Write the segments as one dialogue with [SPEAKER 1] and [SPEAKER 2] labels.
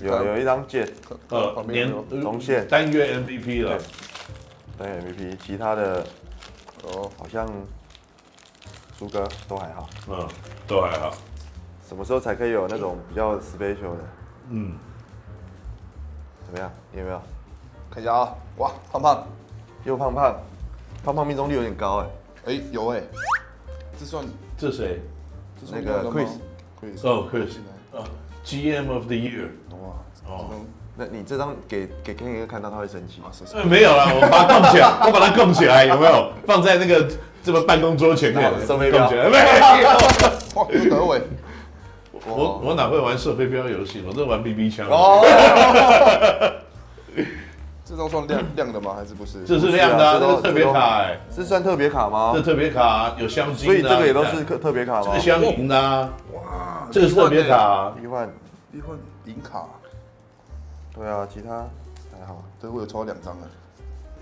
[SPEAKER 1] 有有一张剑
[SPEAKER 2] 呃
[SPEAKER 3] 旁，边
[SPEAKER 2] 年
[SPEAKER 3] 有
[SPEAKER 1] 龙线
[SPEAKER 2] 单月 MVP 了，
[SPEAKER 1] 当 MVP，其他的
[SPEAKER 3] 哦，
[SPEAKER 1] 好像苏哥都还好。
[SPEAKER 2] 嗯，都还好，
[SPEAKER 1] 什么时候才可以有那种比较 special 的？
[SPEAKER 2] 嗯，
[SPEAKER 1] 怎么样？你有没有？
[SPEAKER 3] 看一下啊，哇，胖胖，
[SPEAKER 1] 又胖胖，胖胖命中率有点高哎、
[SPEAKER 3] 哎、有哎、这算
[SPEAKER 2] 这谁？
[SPEAKER 3] 这
[SPEAKER 1] 那
[SPEAKER 3] 算
[SPEAKER 1] 个
[SPEAKER 3] 亏
[SPEAKER 1] Chris
[SPEAKER 3] 亏
[SPEAKER 2] 哦，Chris，啊，GM of the Year，
[SPEAKER 3] 哇，
[SPEAKER 2] 哦
[SPEAKER 3] 哦，这种
[SPEAKER 1] 那你这张给给 Ken 哥看到他会生气
[SPEAKER 3] 啊，。是是
[SPEAKER 2] 呃，没有啦，我把它供起来，我把它供起来，有没有？放在那个这个办公桌前面
[SPEAKER 1] 然，后射飞镖
[SPEAKER 2] 供起来没有？
[SPEAKER 3] 哇，这德伟，
[SPEAKER 2] 我我哪会玩射飞镖游戏？我都玩 BB 枪。
[SPEAKER 1] 哦，
[SPEAKER 3] 这张算亮亮的吗？还是不是？
[SPEAKER 2] 这是亮的啊，
[SPEAKER 1] 是啊这
[SPEAKER 2] 这
[SPEAKER 1] 都
[SPEAKER 2] 个特别卡哎，
[SPEAKER 1] 是算特别卡吗
[SPEAKER 2] 这？特别卡有香
[SPEAKER 1] 所
[SPEAKER 2] 精的啊，
[SPEAKER 1] 以这个也都
[SPEAKER 2] 你
[SPEAKER 1] 是
[SPEAKER 2] 看
[SPEAKER 1] 特特别卡
[SPEAKER 2] 这
[SPEAKER 1] 吗
[SPEAKER 2] 个？香银的啊，
[SPEAKER 3] 哇，欸
[SPEAKER 2] 这个是特别 卡啊。
[SPEAKER 1] 一万，
[SPEAKER 3] 一换银卡，
[SPEAKER 1] 对啊，其他还好。
[SPEAKER 3] 德伟有抽到两张了，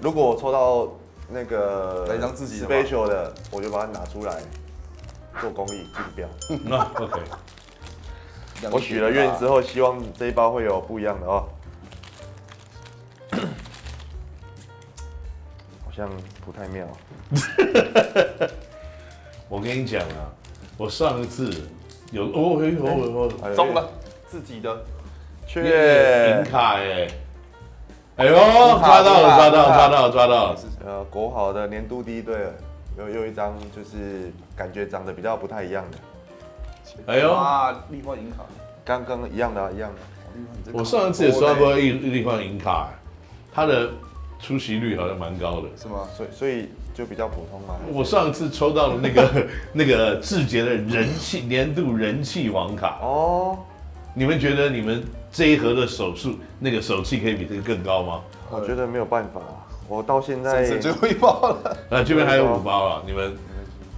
[SPEAKER 1] 如果我抽到那个
[SPEAKER 3] 来一张自己的吧
[SPEAKER 1] special 的，我就把它拿出来做公益竞标。
[SPEAKER 2] 那嗯 OK，
[SPEAKER 3] 两个
[SPEAKER 1] 我许了啊愿之后，希望这一包会有不一样的哦。 好像不太妙，
[SPEAKER 2] 我跟你讲啊，我上一次有哦哎呦哦
[SPEAKER 1] 还
[SPEAKER 2] 哦
[SPEAKER 1] 有
[SPEAKER 3] 中了自己的，
[SPEAKER 2] 耶，
[SPEAKER 1] 却
[SPEAKER 2] 银卡哎，哎呦抓到了
[SPEAKER 1] 银卡
[SPEAKER 2] 抓到
[SPEAKER 1] 银
[SPEAKER 2] 了
[SPEAKER 1] 卡
[SPEAKER 2] 抓到了抓到了，
[SPEAKER 1] 呃国好的年度第一队了，有有一张就是感觉长得比较不太一样的，
[SPEAKER 2] 哎呦
[SPEAKER 3] 哇，另外银卡，
[SPEAKER 1] 刚刚一样的、啊、一样的，
[SPEAKER 2] 我上一次也刷
[SPEAKER 3] 刷
[SPEAKER 2] 过一一地方银卡哎，它的出席率好像蛮高的。
[SPEAKER 3] 是吗？
[SPEAKER 1] 所以所以就比较普通嘛。
[SPEAKER 2] 我上一次抽到了 那个那个志杰的人气年度人气王卡，
[SPEAKER 1] 哦，
[SPEAKER 2] 你们觉得你们这一盒的手速那个手气可以比这个更高吗？
[SPEAKER 1] 我觉得没有办法，啊我到现在
[SPEAKER 3] 这是呃最后一包了，
[SPEAKER 2] 啊，这边还有五包啊，你们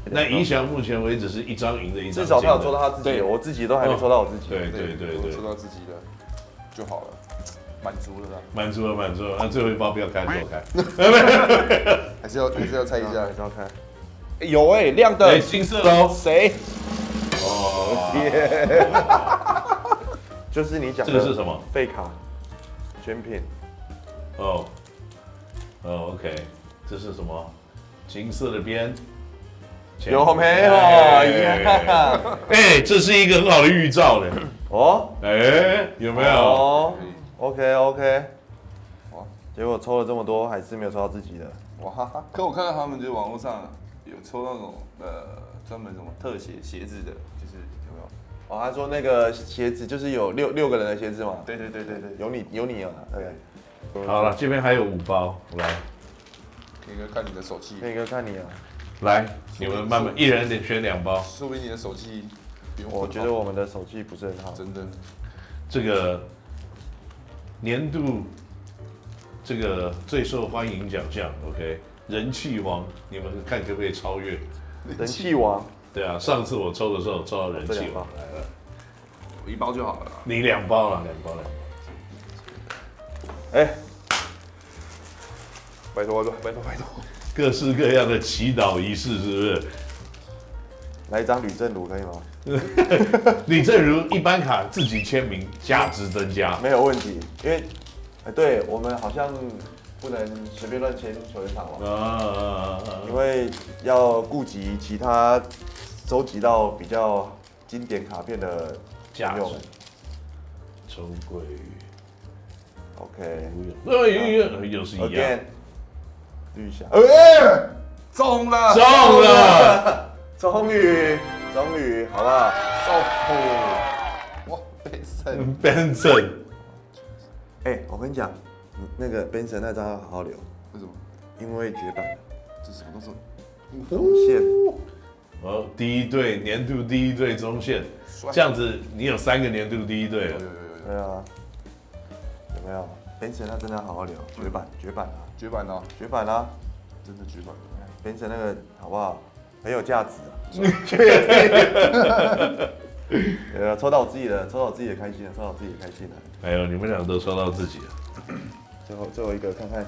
[SPEAKER 2] 那影响目前为止是一张赢的，一张
[SPEAKER 1] 至少他有
[SPEAKER 2] 金的
[SPEAKER 1] 抽到。他自己
[SPEAKER 3] 对哦
[SPEAKER 1] 的，我自己都还没抽到我自己。
[SPEAKER 2] 对对对
[SPEAKER 3] 我
[SPEAKER 2] 对
[SPEAKER 3] 抽，到自己的就好了，满足了啦，
[SPEAKER 2] 满足了满足了，那最后一包不要开，走开。
[SPEAKER 3] 还是要还是要猜一
[SPEAKER 1] 还，
[SPEAKER 3] 下
[SPEAKER 1] 是要看。
[SPEAKER 3] 哎有哎，亮
[SPEAKER 2] 哎，
[SPEAKER 3] 的，
[SPEAKER 2] 金色喽！
[SPEAKER 3] 谁？
[SPEAKER 2] 哦，
[SPEAKER 1] 就是你讲
[SPEAKER 2] 这
[SPEAKER 1] 的
[SPEAKER 2] 个是什么？
[SPEAKER 1] 废卡选品，
[SPEAKER 2] 哦，哦，OK，这是什么？金色的边。前
[SPEAKER 1] 有没有
[SPEAKER 2] 哎
[SPEAKER 1] 呀？
[SPEAKER 2] 哎，这是一个很好的预兆嘞。
[SPEAKER 1] 哦，
[SPEAKER 2] 哎，有
[SPEAKER 3] 啊
[SPEAKER 2] 没有？
[SPEAKER 1] 哦
[SPEAKER 3] 可以
[SPEAKER 1] ，OK OK，
[SPEAKER 3] 哇
[SPEAKER 1] 结果抽了这么多，还是没有抽到自己的。
[SPEAKER 3] 哇哈哈！可我看到他们就网络上有抽那种呃专门什么特写鞋子的，就是有没有？
[SPEAKER 1] 哦，他说那个鞋子就是有六六个人的鞋子嘛，
[SPEAKER 3] 对对对对对，
[SPEAKER 1] 有你有你啊，对。
[SPEAKER 2] 好了，这边还有五包，来
[SPEAKER 3] 可以哥看你的手气，
[SPEAKER 1] 那个看你啊，
[SPEAKER 2] 来，你们慢慢一人得选两包。
[SPEAKER 3] 说不定你的手气比
[SPEAKER 1] 我
[SPEAKER 3] 的
[SPEAKER 1] 觉
[SPEAKER 3] 好
[SPEAKER 1] 得我们的手气不是很好。
[SPEAKER 3] 真的
[SPEAKER 2] 这个年度这个最受欢迎奖项，OK，人气王，你们看可不可以超越？
[SPEAKER 1] 人气王，
[SPEAKER 2] 对啊，上次我抽的时候抽到人
[SPEAKER 1] 哦这
[SPEAKER 2] 气
[SPEAKER 1] 两
[SPEAKER 2] 王
[SPEAKER 1] 包，
[SPEAKER 2] 来了，
[SPEAKER 3] 我一包就好了啦。
[SPEAKER 2] 你两包了，两包了。
[SPEAKER 1] 哎，
[SPEAKER 3] 拜托拜托拜托拜托！
[SPEAKER 2] 各式各样的祈祷仪式，是不是？
[SPEAKER 1] 来一张吕正如可以吗？
[SPEAKER 2] 李正如一般卡自己签名，价值增加。
[SPEAKER 1] 没有问题，因为，哎，对我们好像不能随便乱签球员卡嘛。
[SPEAKER 2] 啊啊啊啊
[SPEAKER 1] 因为要顾及其他收集到比较经典卡片的
[SPEAKER 2] 价
[SPEAKER 1] 朋
[SPEAKER 2] 值
[SPEAKER 1] 友们。
[SPEAKER 2] 周桂宇，
[SPEAKER 1] OK，
[SPEAKER 2] 哎呦呦，又是一
[SPEAKER 1] again，
[SPEAKER 2] 样，
[SPEAKER 1] 绿 霞，
[SPEAKER 3] 哎，中了，
[SPEAKER 2] 中了。
[SPEAKER 1] 终于，终于，好不好？
[SPEAKER 3] 少哦妇，哇，被胜，
[SPEAKER 2] Benson，
[SPEAKER 1] 哎、我跟你讲，你那个 Benson 那张要好好留，
[SPEAKER 3] 为什么？
[SPEAKER 1] 因为绝版了
[SPEAKER 3] 这什么都是
[SPEAKER 1] 红线。
[SPEAKER 2] 哦，第一队年度第一队中线，
[SPEAKER 3] 帅
[SPEAKER 2] 这样子你有三个年度第一队
[SPEAKER 3] 有。
[SPEAKER 2] 了
[SPEAKER 3] 有有有有
[SPEAKER 1] 对啊，有没有？Benson 那真的要好好留，绝版，绝版啊，
[SPEAKER 3] 绝版了，
[SPEAKER 1] 绝版啊
[SPEAKER 3] 真的绝版。
[SPEAKER 1] ！Benson 那个好不好？很有价 值啊！呃，抽到我自己的，抽到我自己的开心了，抽到我自己的开心了。啊
[SPEAKER 2] 哎呦，你们俩都抽到自己了。
[SPEAKER 1] 最后最后一个看看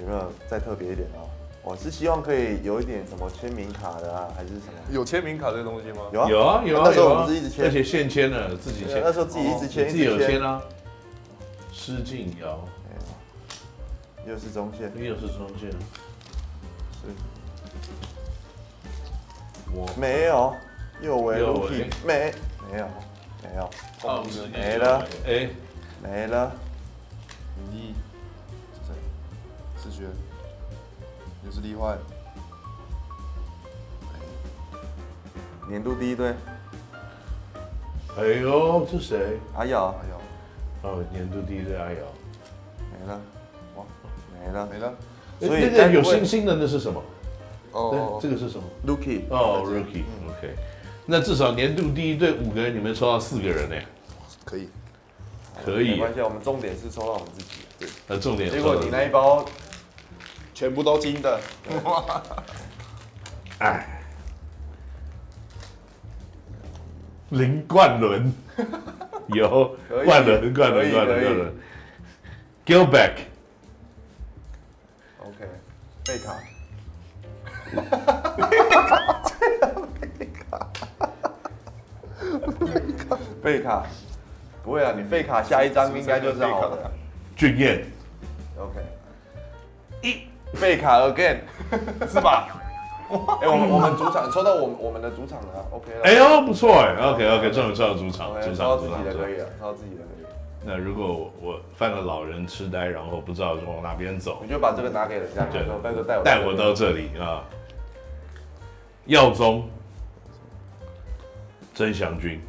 [SPEAKER 1] 有没有再特别一点啊、我是希望可以有一点什么签名卡的啊，还是什么？
[SPEAKER 3] 有签名卡这个东西吗？
[SPEAKER 1] 有啊
[SPEAKER 2] 有啊有啊，
[SPEAKER 1] 那时候
[SPEAKER 2] 有啊
[SPEAKER 1] 我们是一直签
[SPEAKER 2] 而且现签了，自己
[SPEAKER 1] 对啊
[SPEAKER 2] 签，
[SPEAKER 1] 那时候自己一直签，
[SPEAKER 2] 自己有签啊。施晋尧，
[SPEAKER 1] 没有又是中线，
[SPEAKER 2] 你也是中线，
[SPEAKER 1] 是
[SPEAKER 2] 我
[SPEAKER 1] 没有，右围
[SPEAKER 2] 右
[SPEAKER 1] 路
[SPEAKER 2] 围
[SPEAKER 1] 替没没有没有
[SPEAKER 2] 奥斯利
[SPEAKER 1] 没了，
[SPEAKER 2] 哎，
[SPEAKER 1] 没了，
[SPEAKER 3] 林毅，谁？世学，又是例焕，
[SPEAKER 1] 年度第一队
[SPEAKER 2] 哎呦，这谁？
[SPEAKER 1] 阿耀
[SPEAKER 3] 哎呦，
[SPEAKER 2] 哦，年度第一队阿瑶，
[SPEAKER 1] 没了，
[SPEAKER 3] 哇，
[SPEAKER 1] 没了，
[SPEAKER 3] 没了。
[SPEAKER 2] 哎
[SPEAKER 1] 所以
[SPEAKER 2] 那
[SPEAKER 1] 但
[SPEAKER 2] 个
[SPEAKER 1] 是
[SPEAKER 2] 有
[SPEAKER 1] 为
[SPEAKER 2] 信心的那是什么？
[SPEAKER 3] 哦
[SPEAKER 2] 对，这个是什么？
[SPEAKER 1] Lucky
[SPEAKER 2] 哦，Rookie，OK，那至少年度第一队五个人，你们抽到四个人呢，
[SPEAKER 3] 可以。
[SPEAKER 2] 可以
[SPEAKER 1] 没关系，我们重点是抽到我们自己的，
[SPEAKER 2] 那重点
[SPEAKER 1] 对，
[SPEAKER 2] 是
[SPEAKER 1] 结果你那一包
[SPEAKER 3] 全部都金的，
[SPEAKER 2] 哎，林冠伦有
[SPEAKER 1] 可以
[SPEAKER 2] 冠伦冠
[SPEAKER 1] 可
[SPEAKER 2] 伦
[SPEAKER 1] 以
[SPEAKER 2] 冠
[SPEAKER 1] 可
[SPEAKER 2] 伦
[SPEAKER 1] 以
[SPEAKER 2] 冠伦，Gilbeck
[SPEAKER 1] OK 贝卡，贝卡，贝卡，贝卡，不会啊，你贝卡下一张应该就是好的啊
[SPEAKER 2] 俊彦，
[SPEAKER 1] ，OK。
[SPEAKER 2] 一
[SPEAKER 1] 贝卡 again，是 吧？哎、我们我们主场抽到我们我们的主场了啊，OK 了。
[SPEAKER 2] 哎呦不错哎，OK OK，这种这种主场
[SPEAKER 1] OK，
[SPEAKER 2] 主
[SPEAKER 1] 抽
[SPEAKER 2] 场
[SPEAKER 1] 到
[SPEAKER 2] 主
[SPEAKER 1] 自己
[SPEAKER 2] 场。
[SPEAKER 1] 的
[SPEAKER 2] 主
[SPEAKER 1] 可
[SPEAKER 2] 场
[SPEAKER 1] 以了，抽到自己的可以了。
[SPEAKER 2] 那如果我我犯了老人痴呆，然后不知道往哪边走
[SPEAKER 1] 我，就把这个拿给人家，就说拜托带我
[SPEAKER 2] 带我到这里啊。耀宗，曾祥军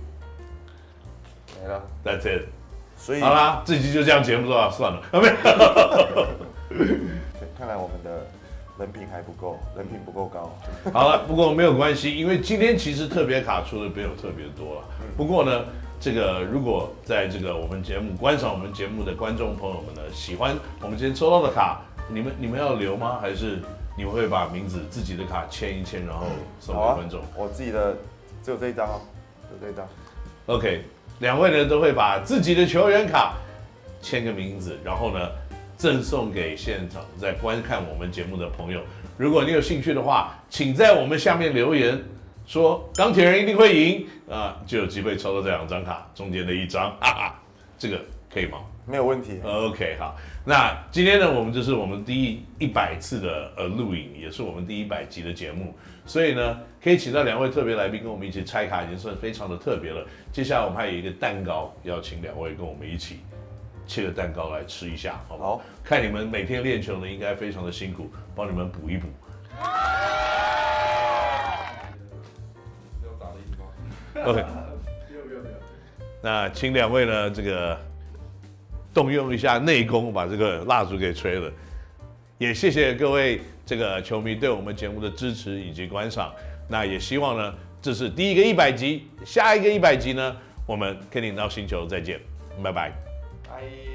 [SPEAKER 1] 没了。
[SPEAKER 2] ，That's it。
[SPEAKER 1] 所以
[SPEAKER 2] 好啦，这集就这样，节目多少算了， 啊没有。
[SPEAKER 1] 对看来我们的人品还不够，人品不够高。
[SPEAKER 2] 好了，不过没有关系，因为今天其实特别卡出的没有特别多了。不过呢，这个如果在这个我们节目观赏我们节目的观众朋友们呢，喜欢我们今天抽到的卡，你们你们要留吗？还是你们会把名字自己的卡签一签，然后送给
[SPEAKER 1] 好啊
[SPEAKER 2] 观众、，
[SPEAKER 1] 我自己的只有这一张哦，只有这一张。
[SPEAKER 2] o k 两位呢都会把自己的球员卡签个名字，然后呢赠送给现场在观看我们节目的朋友。如果你有兴趣的话，请在我们下面留言说“钢铁人一定会赢”，啊、就有机会抽到这两张卡中间的一张，哈哈，这个可以吗？
[SPEAKER 1] 没有问题，
[SPEAKER 2] 呃 OK，好，那今天呢，我们这是我们第一百次的呃录影，也是我们第一百集的节目，所以呢，可以请到两位特别来宾跟我们一起拆卡，已经算非常的特别了。接下来我们还有一个蛋糕，要请两位跟我们一起切个蛋糕来吃一下，好不好？
[SPEAKER 1] 好
[SPEAKER 2] 看你们每天练球呢，应该非常的辛苦，帮你们补一补。OK，那请两位呢，这个动用一下内功，把这个蜡烛给吹了。也谢谢各位这个球迷对我们节目的支持以及观赏。那也希望呢，这是第一个一百集，下一个一百集呢，我们肯定到星球再见，拜拜。
[SPEAKER 1] 拜。